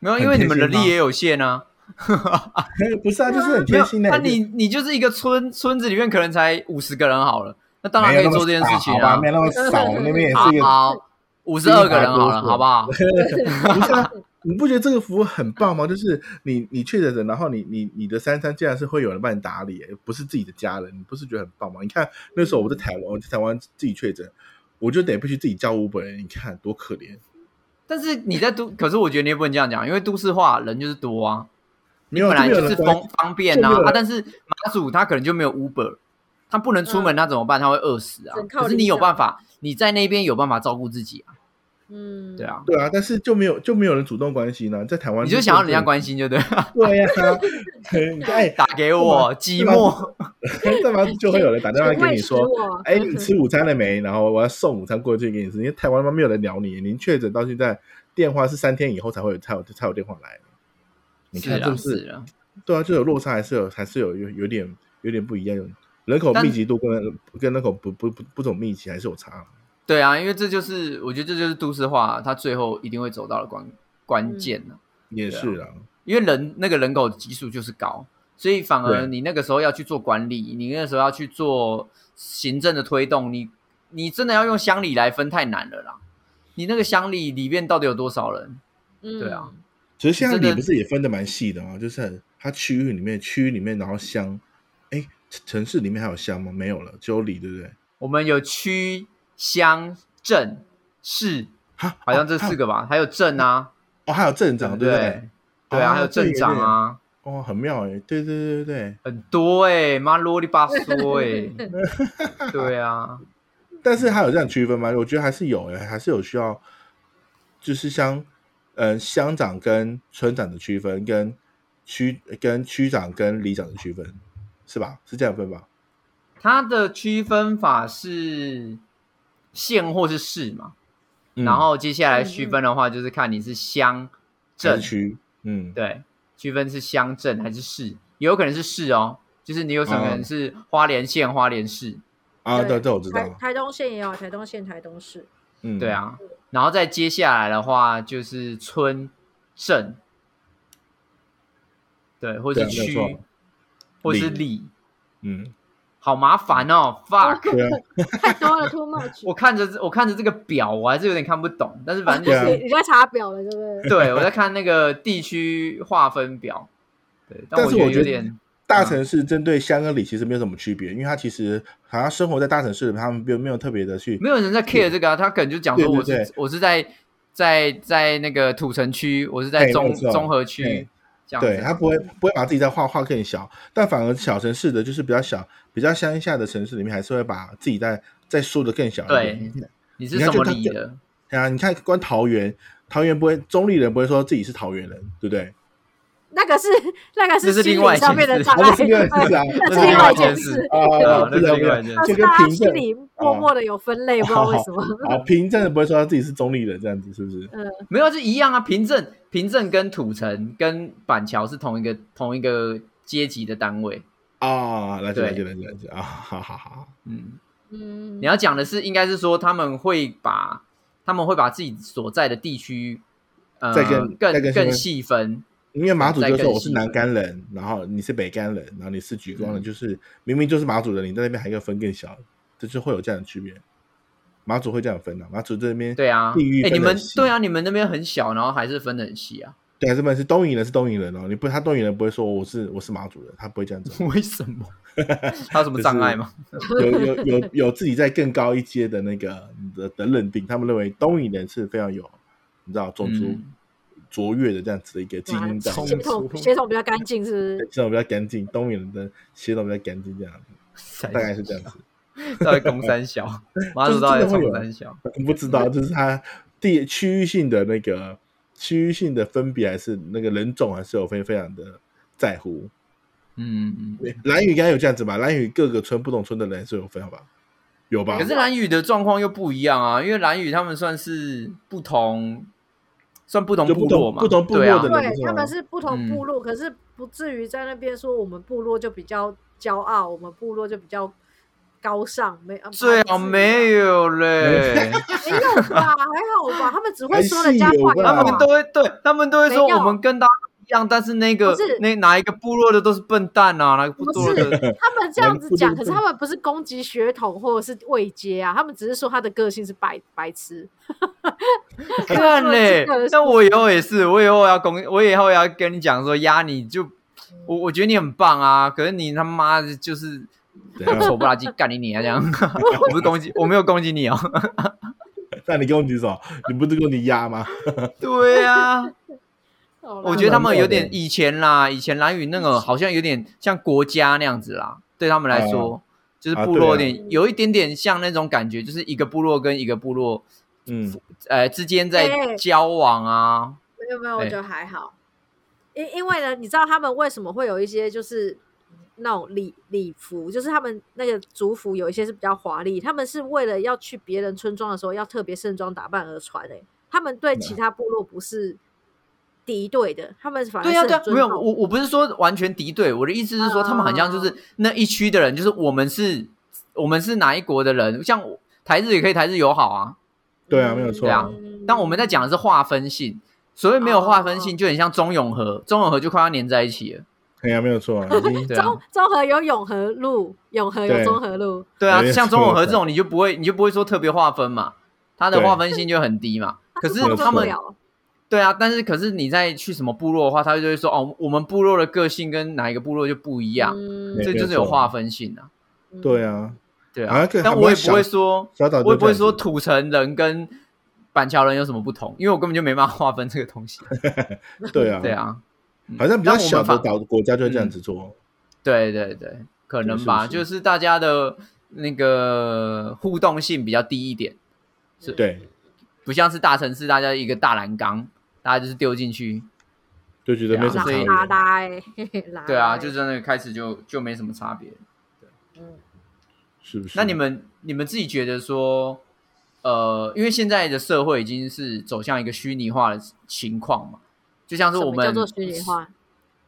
没有，很因为你们人贴力心吗也有限啊。 不是啊，就是很没贴有，心的。那你你就是一个村村子里面可能才五十个人好了，那当然可以做这件事情没有那么少好啊吧，。没有那么少，那边也好 是一个。好，五十二个人好了，好不好？不是啊，你不觉得这个服务很棒吗？就是你你确诊人，然后你你你的三餐竟然是会有人帮你打理耶，不是自己的家人，你不是觉得很棒吗？你看那时候我在台湾，我在台湾自己确诊，我就得必须自己叫 Uber，你看多可怜。但是你在都，可是我觉得你也不能这样讲，因为都市化人就是多啊，没有，本来就没就有是人方关方便就没啊有人啊。但是马祖他可能就没有 Uber，他不能出门，他怎么办？他会饿死啊嗯只能。靠可是你理想有办法，你在那边有办法照顾自己啊。嗯，对，啊，对啊，但是就没有就没有人主动关心呢、啊在台湾你就想要人家关心就对了，对呀、 你 哎， 打给我，寂寞，干嘛就会有人打电话请给喂啊你食说，我，哎，嗯你吃午餐了没？然后我要送午餐过去给你吃，因为台湾那边没有人聊你，您确诊到现在，电话是三天以后才会有才有才有电话来。你是看是啊不是？是啊，对啊，就有落差，还是有还是有有有点有点不一样。人口但密集度跟跟人口不不不不怎么密集还是有差。对啊，因为这就是我觉得这就是都市化，它最后一定会走到的关嗯关键啊也是啦，因为人那个人口基数就是高，所以反而对你那个时候要去做管理，你那个时候要去做行政的推动，你你真的要用乡里来分太难了啦。你那个乡里里面到底有多少人？对啊嗯，其实现在真的你不是也分的蛮细的吗？就是很它区域里面区域里面，然后乡，哎，城城市里面还有乡吗？没有了，只有里，对不对？我们有区、乡、镇、市，哈，好像这四个吧，还有镇啊，哦，还有哦镇长，对对不对？对？对啊，还有镇长啊，哦，很妙哎、对对对对很多哎，妈啰里吧嗦哎， 对，对啊，但是它有这样区分吗？我觉得还是有哎、还是有需要，就是乡，呃，乡长跟村长的区分，跟区跟区长跟里长的区分，是吧？是这样分吧？它的区分法是县或是市嘛，嗯然后接下来区分的话，就是看你是乡还镇是，区，嗯，对，区分是乡镇还是市，也有可能是市哦，就是你有可能哦是花莲县、花莲市，啊，对对，这我知台道，台东县也有，台东县、台东市，嗯，对，啊，然后再接下来的话就是村镇，对，或是对啊没有区错，或是里里，嗯，好麻烦哦，fuck。对啊，太多了，too much。我看着这我看着这个表，我还是有点看不懂，但是反正就对啊是你你在查表了，对不对？对，我在看那个地区划分表，对，但但是我我觉得有觉点得，大城市嗯针对乡跟里其实没有什么区别，因为它其实好像生活在大城市的人，他们并没有特别的去没有人在 care 这个啊，他可能就讲说对对我是对我是在在在那个土城区，我是在嘿中没错综合区嘿这样子，对他不会不会把自己再画画更小，但反而小城市的，就是比较小、比较乡下的城市里面，还是会把自己再再缩的更小一点。对你看你是你什看么就他里就的？对啊，你看光桃园，桃园不会中立人不会说自己是桃园人，对不对？那个是那个那是是心另外理一上件面事的障啊，碍，这是另外一件事啊， 这那是是另另外外一一件事那是另外一件啊，不是件事。但就是跟大家凭心证里默默的有分类，不知道为什么。啊，凭证不会说他自己是中立人这样子，是不是？没有，就一样啊。凭证凭证跟土城跟板桥是同一个同一个阶级的单位，啊，了解对了解了解了解啊，好好好，嗯。嗯，你要讲的是，应该是说他们会把他们会把自己所在的地区，呃，再跟再更跟更细细分，因为马祖再就说更我是细南分干人，然后你是北干人，然后你是莒光人，嗯就是明明就是马祖人，你在那边还可以分更小，就是会有这样的区别。马祖会这样分的、马祖这边对啊，地域哎，分得你们很细对啊，你们那边很小，然后还是分得很细啊？，对还是分是东瀛人是东瀛人哦，你不他东瀛人不会说我是我是马祖人，他不会这样子 为什么？他有什么障碍 吗？有有有有自己在更高一阶的那个的的认定，他们认为东瀛人是非常有你知道种族嗯卓越的这样子的一个基哇因在种的，啊血统血统比较干净，是不是？这种比较干净，东瀛人的血统比较干净这样子，三大概是这样子。到底公三 小，马祖到底公三小？不知道，就是它地区域性的那个区域性的分别，还是那个人种，还是有非非常的在乎。嗯，蓝屿应该有这样子吧？蓝屿各个村不同村的人是有分吧？有吧可？是蓝宇的状况又不一样啊，因为蓝宇他们算是不同，算不同就不部同落嘛，不同部落对啊的人对，他们是不嗯同部落，可是不至于在那边说我们部落就比较骄傲，我们部落就比较高尚，没啊最好没有有 嘞。啊没有吧，还好吧，他们只会还说人家是有坏吧话，他们都会对，他们都会说没有我们跟大家一样，但是那个不是那哪一个部落的都是笨蛋啊，哪个部不落是的他们这样子讲，我们部落可是他们不是攻击血统或者是位阶啊，他们只是说他的个性是白白痴， 看嘞这个。是那我以后也是，我以后要公，我以后要跟你讲说压你就，我我觉得你很棒啊，可是你他妈的就是怎样丑不拉几，干你你啊这 样，我不是攻击，我没有攻击你哦。那你跟我举手，你不是跟你压吗？对啊，我觉得他们有点蛮妙的以前啦，以前蓝宇那个好像有点像国家那样子啦，对他们来说，就是部落有哦啊对啊点、有一点点像那种感觉，就是一个部落跟一个部落嗯呃之间在对交往啊，没有没有，我哎觉得还好。因因为呢，你知道他们为什么会有一些就是那种礼礼服，就是他们那个族服有一些是比较华丽，他们是为了要去别人村庄的时候要特别盛装打扮而穿诶、他们对嗯其他部落不是敌对的，他们反而对是呀、很对呀、尊没有重嗯我我不是说完全敌对，我的意思是说他们好像就是那一区的人，就是我们是我们是哪一国的人，像我台日也可以台日友好啊，对啊没有错啊嗯但我们在讲的是划分性，所谓没有划分哦性，就很像中永和，中永和就快要粘在一起了。哎呀，没有错啊，已经对啊中中和有永和路，永和有对中和路，对啊，没错像中永和这种，你就不会，你就不会说特别划分嘛，它的对划分性就很低嘛。可是没有受他啊不们了。对啊，但是可是你再去什么部落的话，他就会说哦，我们部落的个性跟哪一个部落就不一样，嗯对这就是有划分性啊。对，啊，对好啊像可，以但还我也蛮不会想说，小岛就我也不会说这样子土城人跟板桥人有什么不同，因为我根本就没办法划分这个东 西。对啊，对，啊，好像比较但我们小的反岛国家就会这样子做，对对对，可能吧，是不是就是大家的那个互动性比较低一点，是对，不像是大城市，大家一个大染缸，大家就是丢进去，就觉得没什对啊么所以拉差别。拉哎，嘿嘿拉对啊，拉欸就真的开始就就没什么差别。嗯是不是？那你们你们自己觉得说，呃，因为现在的社会已经是走向一个虚拟化的情况嘛，就像是什我么们叫做虚拟化，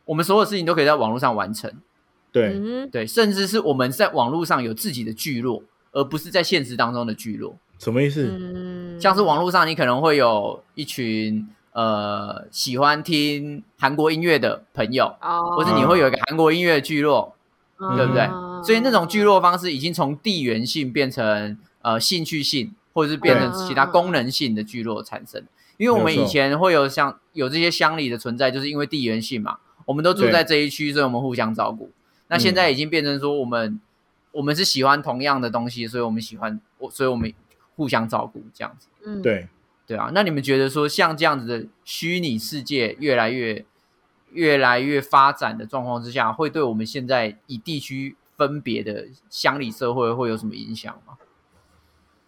我们所有事情都可以在网络上完成，对嗯，对，甚至是我们在网络上有自己的聚落，而不是在现实当中的聚落。什么意思？嗯，像是网络上，你可能会有一群呃喜欢听韩国音乐的朋友，哦，或是你会有一个韩国音乐聚落，嗯，对不对嗯？所以那种聚，落方式已经从地缘性变成呃兴趣性，或者是变成其他对功能性的聚落产生。因为我们没有以错前会有像有这些乡里的存在，就是因为地缘性嘛，我们都住对在这一区，所以我们互相照顾。那现在已经变成说，我们、嗯我们是喜欢同样的东西，所以我们喜欢我，所以我们互相照顾这样子。嗯，对，对啊，那你们觉得说像这样子的虚拟世界越来越越来越发展的状况之下，会对我们现在以地区分别的乡里社会会有什么影响吗？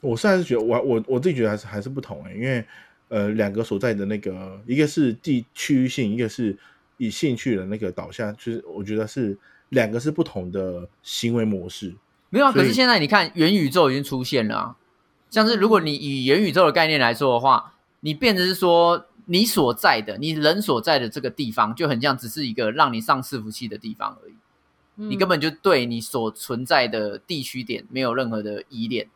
我现在是觉得我我我自己觉得还是还是不同哎、因为呃两个所在的那个一个是地区域性，一个是以兴趣的那个导向，就是我觉得是两个是不同的行为模式。没有啊，所可以是现在你看元宇宙已经出现了啊，像是如果你以元宇宙的概念来说的话，你变成是说你所在的你人所在的这个地方，就很像只是一个让你上伺服器的地方而已，嗯，你根本就对你所存在的地区点没有任何的依恋，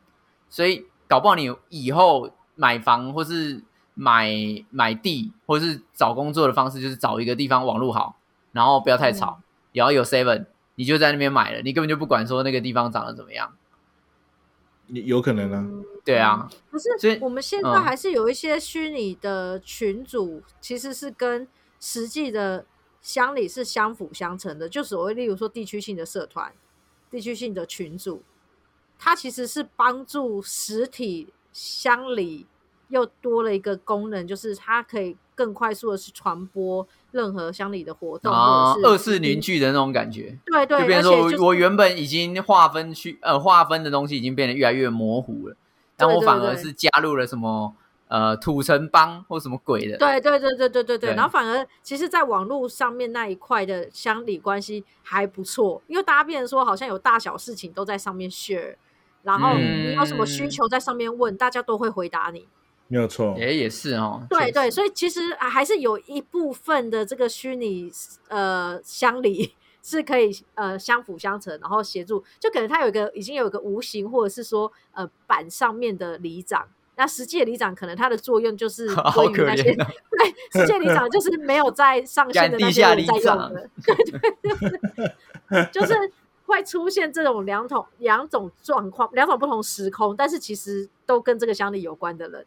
所以搞不好你以后买房或是买买地或是找工作的方式，就是找一个地方网络好，然后不要太嗯吵，然后有 seven，你就在那边买了，你根本就不管说那个地方长得怎么样。有有可能啊，嗯对啊，可所以是我们现在嗯还是有一些虚拟的群组，其实是跟实际的乡里是相辅相成的。就所谓，例如说地区性的社团、地区性的群组，它其实是帮助实体乡里又多了一个功能，就是它可以更快速的去传播任何乡里的活动，啊或，者二是次凝聚的那种感觉，对对，就变而成且说我、就是我原本已经划分区呃划分的东西已经变得越来越模糊了，但对我对反而对是加入了什么呃土城帮或什么鬼的，对对对对对对对，对然后反而其实，在网络上面那一块的乡里关系还不错，因为大家变成说好像有大小事情都在上面 share，然后嗯你有什么需求在上面问，大家都会回答你。没有错。也也是哦，对确对，实所以其实啊还是有一部分的这个虚拟呃乡里是可以呃相辅相成，然后协助，就可能他有一个已经有一个无形或者是说呃板上面的里长。那实际的里长可能他的作用就是 好归于可那些怜、哦，对，世界里长就是没有在上线 的那些人在用的， 对对对， 就是会出现这种两种两种状况，两种不同时空，但是其实都跟这个乡里有关的人。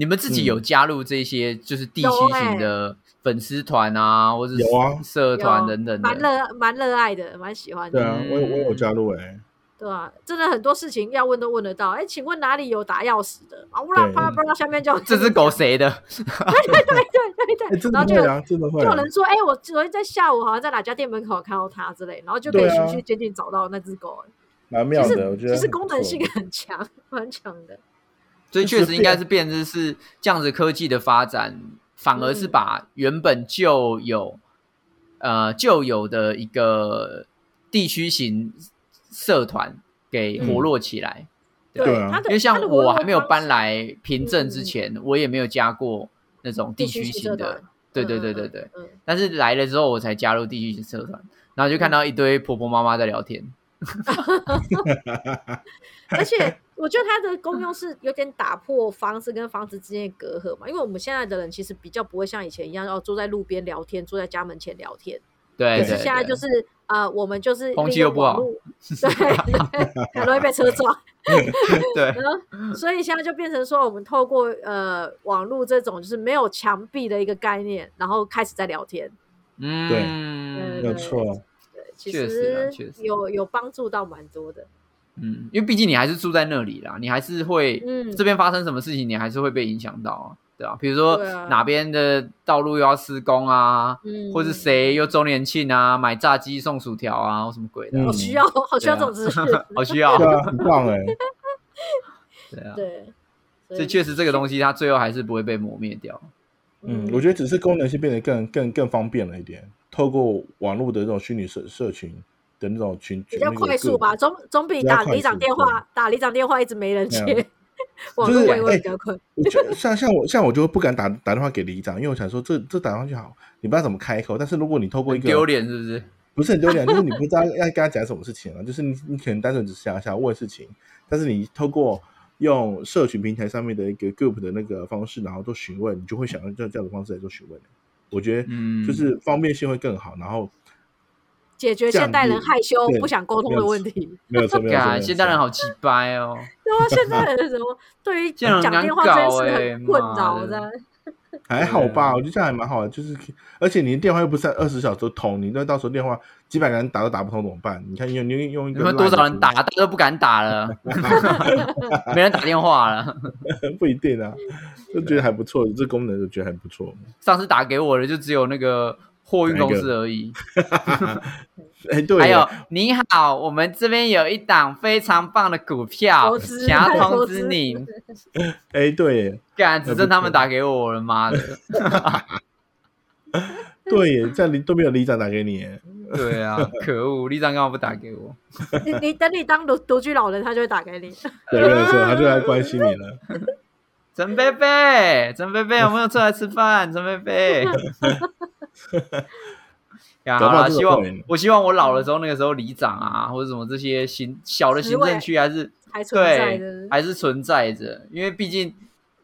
你们自己嗯有加入这些就是地有区欸型的粉丝团啊，或者是有啊社团有等等蛮的，热蛮热爱的，蛮喜欢对的，啊，我有我嗯有加入哎、对啊，真的很多事情要问都问得到。哎，请问哪里有打钥匙的？啊，乌拉巴拉巴拉，下面就这只狗谁的？ 哎、对对对，真然的会后就有啊，真的会、就有啊，人说，哎，我昨天在下午好像在哪家店门口看到它之类，然后就可以对啊循序渐进找到那只狗。哎蛮妙其的，我实觉得其实很功不 能错性很强，蛮强的。所以确实应该就是变知是这样子科技的发展，反而是嗯把原本就有、呃就有的一个地区型社团给活络起来。对啊他的因为他像的我网还没有络搬方来凭证嗯之嗯前，我也没有加过那种地地区区型性的的，，对嗯对嗯对嗯对对。嗯，但是来了之后，我才加入地区型社团，然后就看到一堆婆婆妈妈在聊天。而 且我觉得它的功用是有点打破房子跟房子之间的隔阂嘛，因为我们现在的人其实比较不会像以前一样要坐在路边聊天，坐在家门前聊天，对可对是对，现在 就是呃，我们就是空利气又用不网好络，对，对很容易被车 撞，对 然后所以现在就变成说，我们透过呃网络这种就是没有墙壁的一个概念，然后开始在聊天，嗯，没有错，对，其确实啊实确实有有帮助到蛮多的，嗯，因为毕竟你还是住在那里啦，你还是会、嗯这边发生什么事情，你还是会被影响到啊，对啊，比如说对啊哪边的道路又要施工啊，嗯，或是谁又周年庆啊，买炸鸡送薯条啊，或什么鬼的啊，好嗯需要，好需要这种资知讯识，，好需要，对啊，很棒哎、对啊，对，所以确实这个东西它最后还是不会被磨灭掉，嗯，我觉得只是功能性变得更更更方便了一点，透过网络的这种虚拟社社群的那种群，比较那个快速个吧，总总比比较打快里长速电话打里长电话一直没人对啊接，网就是络维哎稳比较快。我觉得像像我像我就不敢打打电话给里长，因为我想说这这打电话就好，你不知道怎么开口。但是如果你透过一很个丢脸是不是？不是很丢脸，就是你不知道要跟他讲什么事情了，就是你你可能单纯只是想想问事情，但是你透过用社群平台上面的一个 group 的那个方式，然后做询问，你就会想用这这样的方式来做询问。我觉得嗯，就是方便性会更好，然后解决这样现代人子害羞对不想沟通没有的问错题。没 有错，没有错没有干，错现代人好奇掰哦，对啊，现代人什么对于这样讲很难电话这件搞事欸很困妈扰的的。还好对吧，啊我觉得这样还蛮好的，就是而且你的电话又不是二十小时通，你那到时候电话几百个人打都打不通怎么办？你看用你用用一你个们多 Line 少人打，大家都不敢打了，没人打电话了。 不一定啊，嗯就觉得还不错，这功能我觉得还 不错。上次打给我的就只有那个货运公司而已，哎，对，还有你好，我们这边有一档非常棒的股票，投资想要还通投知资你，哎对耶，干，只剩他们打给我了，妈的，对耶，这样你都没有里长打给你耶，对 啊，可恶，立长干嘛不打给我？你你等你当独独居老人，他就会打给你。对，没有错，他就来关心你了。陈贝贝，陈贝贝有没有出来吃饭？陈贝 贝，呀，搞好不好啦这个希望会我希望我老了之后，那个时候里长啊，或者什么这些行小的行政区还是还存对在的，还是存在着，因为毕竟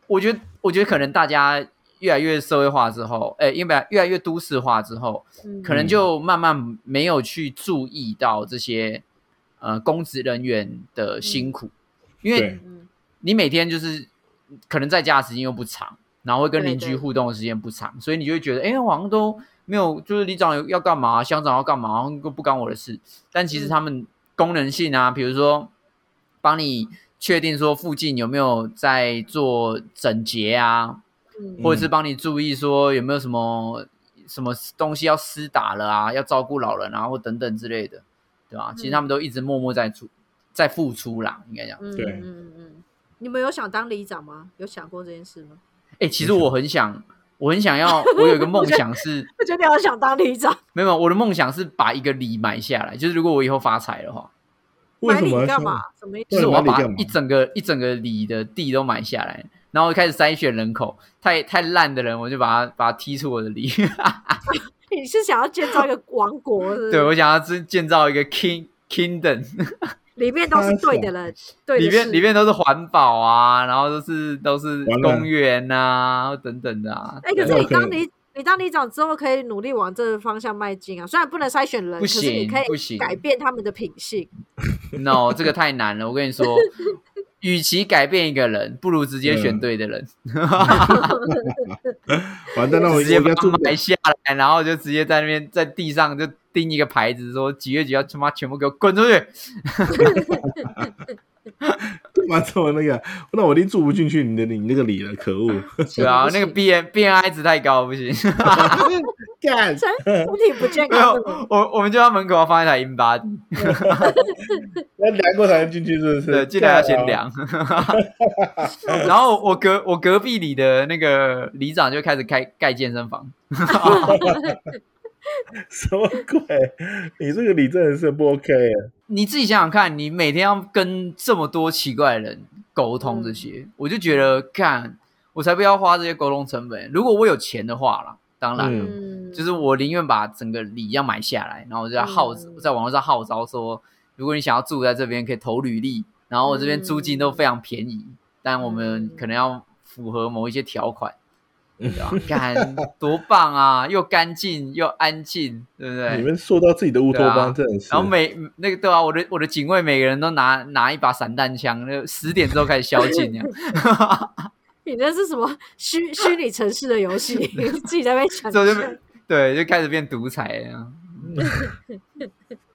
我觉得我觉得可能大家越来越社会化之后，哎，因为越来越都市化之后，嗯可能就慢慢没有去注意到这些呃公职人员的辛苦，因为对嗯你每天就是可能在家的时间又不长，然后会跟对邻居对互动的时间不长，所以你就会觉得，哎、我好像都没有，就是里长要干嘛，乡长要干嘛，好像都不干我的事。但其实嗯他们功能性啊，比如说帮你确定说附近有没有在做整洁啊，嗯或者是帮你注意说有没有什么什么东西要施打了啊，要照顾老人啊，或等等之类的，对吧？其实他们都一直默默在做，在付出啦，应该讲。嗯对嗯嗯嗯，你们有想当里长吗？有想过这件事吗？哎、其实我很想，我很想要，我有一个梦想是，我觉得你好想当里长，没有没有，我的梦想是把一个里买下来，就是如果我以后发财的话，为买什里么要干说嘛？什么意就对思？是我要买里把干嘛一整个一整个里的地都买下来，然后开始筛选人口，太太烂的人我就把他把他踢出我的里。 你是想要建造一个王国是不 是？对我想要自建造一个 king kingdom，里面都是对的人，对的 里面事里面都是环保啊，然后都是都是完了公园啊等等的啊。哎、可对是你可以当里你当里长之后，可以努力往这个方向迈进啊。虽然不能筛选人，不可是行你可不行以改变他们的品性。 no，这个太难了。我跟你说，与其改变一个人，不如直接选对的人，完蛋，那我直接应把该他住不买下来，然后就直接在那边在地上就钉一个牌子，说几月几号他妈全部给我滚出去。完这么那个，那我一定住不进 去你的你那个里了，可恶！ 对啊那不，行个 B N B N I 值太高，不行。干，身身体不健没康的人有， 我我们就到门口要放一台英八的，要量过才能进去，是不哦是？对，记得要先啊量。 然后我隔我隔壁里的那个里长就开始开盖健身房，干啊。 什么鬼？你这个理真的是不 OK 耶你自己想想看，你每天要跟这么多奇怪的人沟通嗯这些，我就觉得，干，我才不要花这些沟通成本。如果我有钱的话啦，当然，嗯嗯，就是我宁愿把整个里要买下来，然后我就在号、嗯在网络上号召说，如果你想要住在这边，可以投履历，然后我这边租金都非常便宜，但我们可能要符合某一些条款，对吧？干，多棒啊，又干净又安静，对不对？你们塑造自己的乌托对邦，啊真的是。然后每那个对啊，我的我的警卫每个人都拿拿一把散弹枪，那十点之后开始宵禁这样。你这是什么虚虚拟城市的 游戏？你自己在那边想之后就象被。对，就开始变独裁了啊。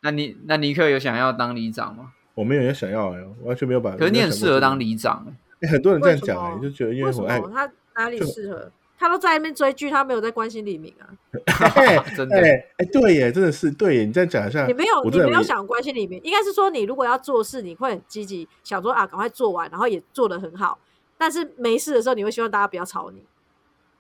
那你那尼克有想要当里长吗？我没有人想要哎，完全没有把。可是你很适合当理，里长欸，很多人这样讲为什哎，么就觉得因为什很么爱。他哪里适合？他都在那边追剧，他没有在关心李明啊。欸真的哎哎，对耶，真的是对耶，你这样讲一下你，没有，呃我你真的没有没想关心李明，应该是说你如果要做事，你会很积极，想说啊，赶快做完，然后也做得很好。但是没事的时候，你会希望大家不要吵你。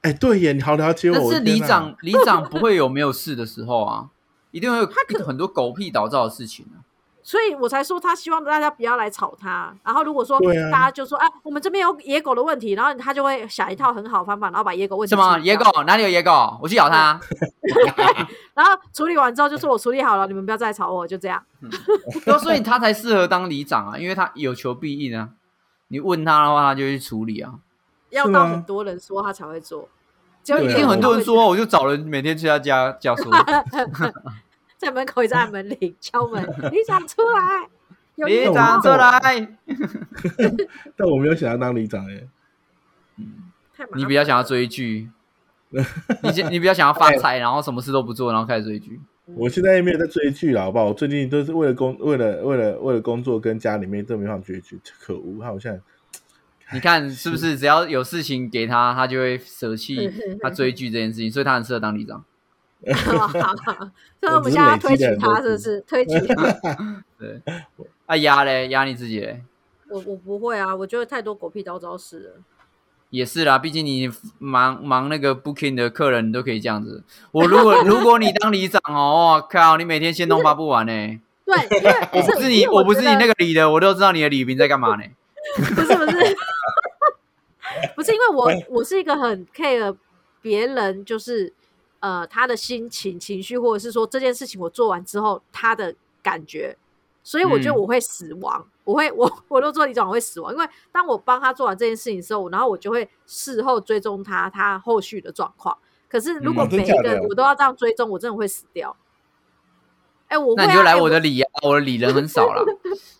哎，对耶，你好了解我。但我是的天里哪长里长不会有没有事的时候啊，一定会有很多狗屁倒灶的事情啊。所以我才说他希望大家不要来吵他。然后如果说对啊大家就说啊我们这边有野狗的问题，然后他就会想一套很好的方法，然后把野狗问题什么处理掉野狗？哪里有野狗？我去咬 它。 然后处理完之后就说我处理好了，你们不要再吵我，就这样。对啊，所以他才适合当里长啊，因为他有求必应啊。你问他的话，他就去处理啊。要是到吗很多人说他才会做，只有对你啊一定很多人说，我就找人每天去他家教 书。在门口一直按门铃敲 门，你长出来，有里野你长长狗出出来来，但我没有想要当里长哎。太麻烦你比较想要追 剧，你想你比较想要发财，然后什么事都不做，然后开始追剧。我现在也没有在追剧了，好不好？我最近都是为了工，为了为了为了工作跟家里面都没办法追剧，可恶！好像你看是不是？只要有事情给他，他就会舍弃 他追剧这件事情，所以他很适合当里长。好好好，所以我们现在要推举他，是不是？推举他，对，啊压嘞压你自己嘞，我我不会啊，我觉得太多狗屁叨招事了。也是啦，毕竟你忙忙那个 booking 的客人，你都可以这样子。我如 果如果你当里长哦，我靠，你每天先弄发不完呢、对，因为不我是不是你，因为我我不是觉你得那个里的，我都知道你的李明在干嘛呢、 不是不是，不是因为我我是一个很 care 别人，就是呃他的心情、情绪，或者是说这件事情我做完之后他的感觉，所以我觉得嗯我会死亡，我会我 我都做李长我会死亡，因为当我帮他做完这件事情之后，然后我就会事后追踪他他后续的状况。可是如果嗯真每一假个的人我都要这样追踪，我真的会死掉。哎、我会、啊、那你就来哎我的里呀、我的里人很少 啦，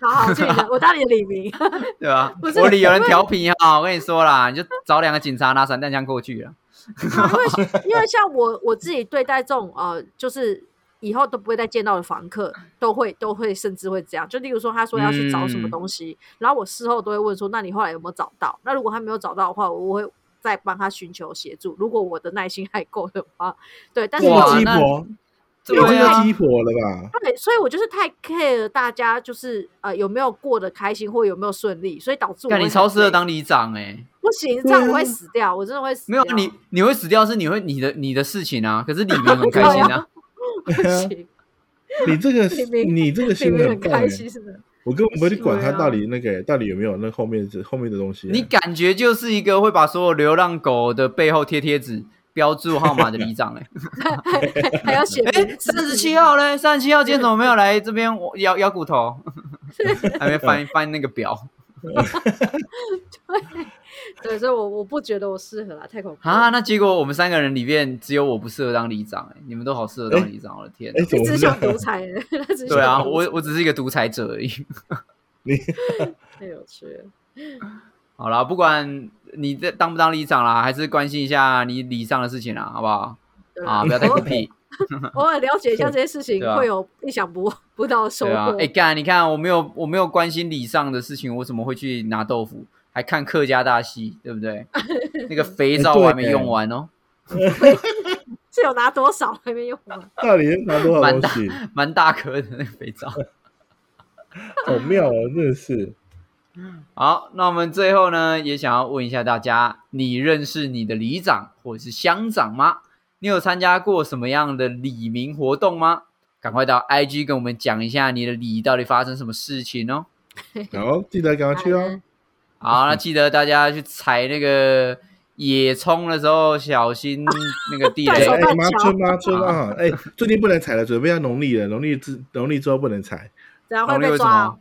好好，去你的，我当你的李明。对吧、不是我里有人调皮啊，我跟你说啦，你就找两个警察拿散弹枪过去了。 啊因为因为像我我自己对待这种呃，就是以后都不会再见到的房客，都会都会甚至会这样。就例如说，他说要去找什么嗯东西，然后我事后都会问说，那你后来有没有找到？那如果他没有找到的话，我会再帮他寻求协助。如果我的耐心还够的话，对，但是哇我鸡那婆，这对叫啊，鸡婆了吧？对，所以我就是太 care 大家就是呃有没有过得开心或有没有顺利，所以导致我看你会超很适合累当里长哎、不行，这样我对啊会死掉，我真的会死没掉。有啊你你会死掉是你会你的你的事情 啊，可是里面很开心 啊，不行，你这个明明你这个 你心们很很棒哎欸开，心的。我根本不会去管他对啊到底那个到底有没有那后面这后面的东西。啊你感觉就是一个会把所有流浪狗的背后贴贴纸。标注号码的里长哎、还要写欸，哎，名 字三十七号嘞，三十七号今天怎么没有来这边我咬咬骨 头？还没翻翻那个表对，所以我我不觉得我适合啦，太恐怖了。 啊？那结果我们三个人里面只有我不适合当里长哎、你们都好适合当里长，我的天哪！哎，怎一么直会这想 样独裁人，他只是对啊，想独裁我我只是一个独裁者而已。 太有趣了。好啦，不管你这当不当里长啦，还是关心一下你里上的事情啦，好不好？对啦啊，不要再偶狗尔屁。偶尔了解一下这些事 情，对啊会有意想不不到的收对啊获，。哎干，你看我没有我没有关心礼上的事情，我怎么会去拿豆腐？还看客家大戏，对不对？那个肥皂我还没用完哦。是是有拿多少还没用啊 完？到底拿多少蛮东大西？蛮大颗的那个肥皂。好妙哦，真的是。好，那我们最后呢，也想要问一下大家，你认识你的里长或者是乡长吗？你有参加过什么样的里民活动吗？赶快到 IG 跟我们讲一下你的里到底发生什么事情哦。然后记得赶快去啊哦。好，那记得大家去踩那个野葱的时候，小心那个地哎对手雷。慢妈敲春妈春啊！哎，最近不能采了，准备要农历了，农历之农历之后不能采。怎样会农历哎啊为什被抓么哦？？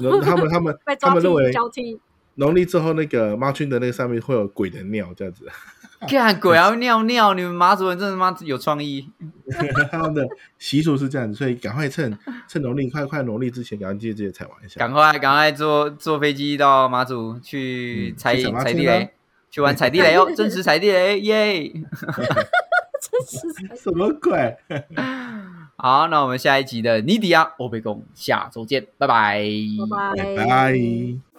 然后他们他们被他抓们认为踢交替？ 农历之后那个妈春的那个上面会有鬼的尿这样子， 干鬼还会尿尿！你们马主任真的妈有创意。他们的习俗是这样子，所以赶快趁趁农历快快农历之前，赶快记得记得采完一下。赶快赶快坐坐飞机到马祖去嗯踩、去踩麻踩地雀吗雷，去玩踩地 雷哦，真实踩地雷耶！真是什么鬼？好，那我们下一集的尼迪亚欧贝贡下周见，拜拜，拜拜拜。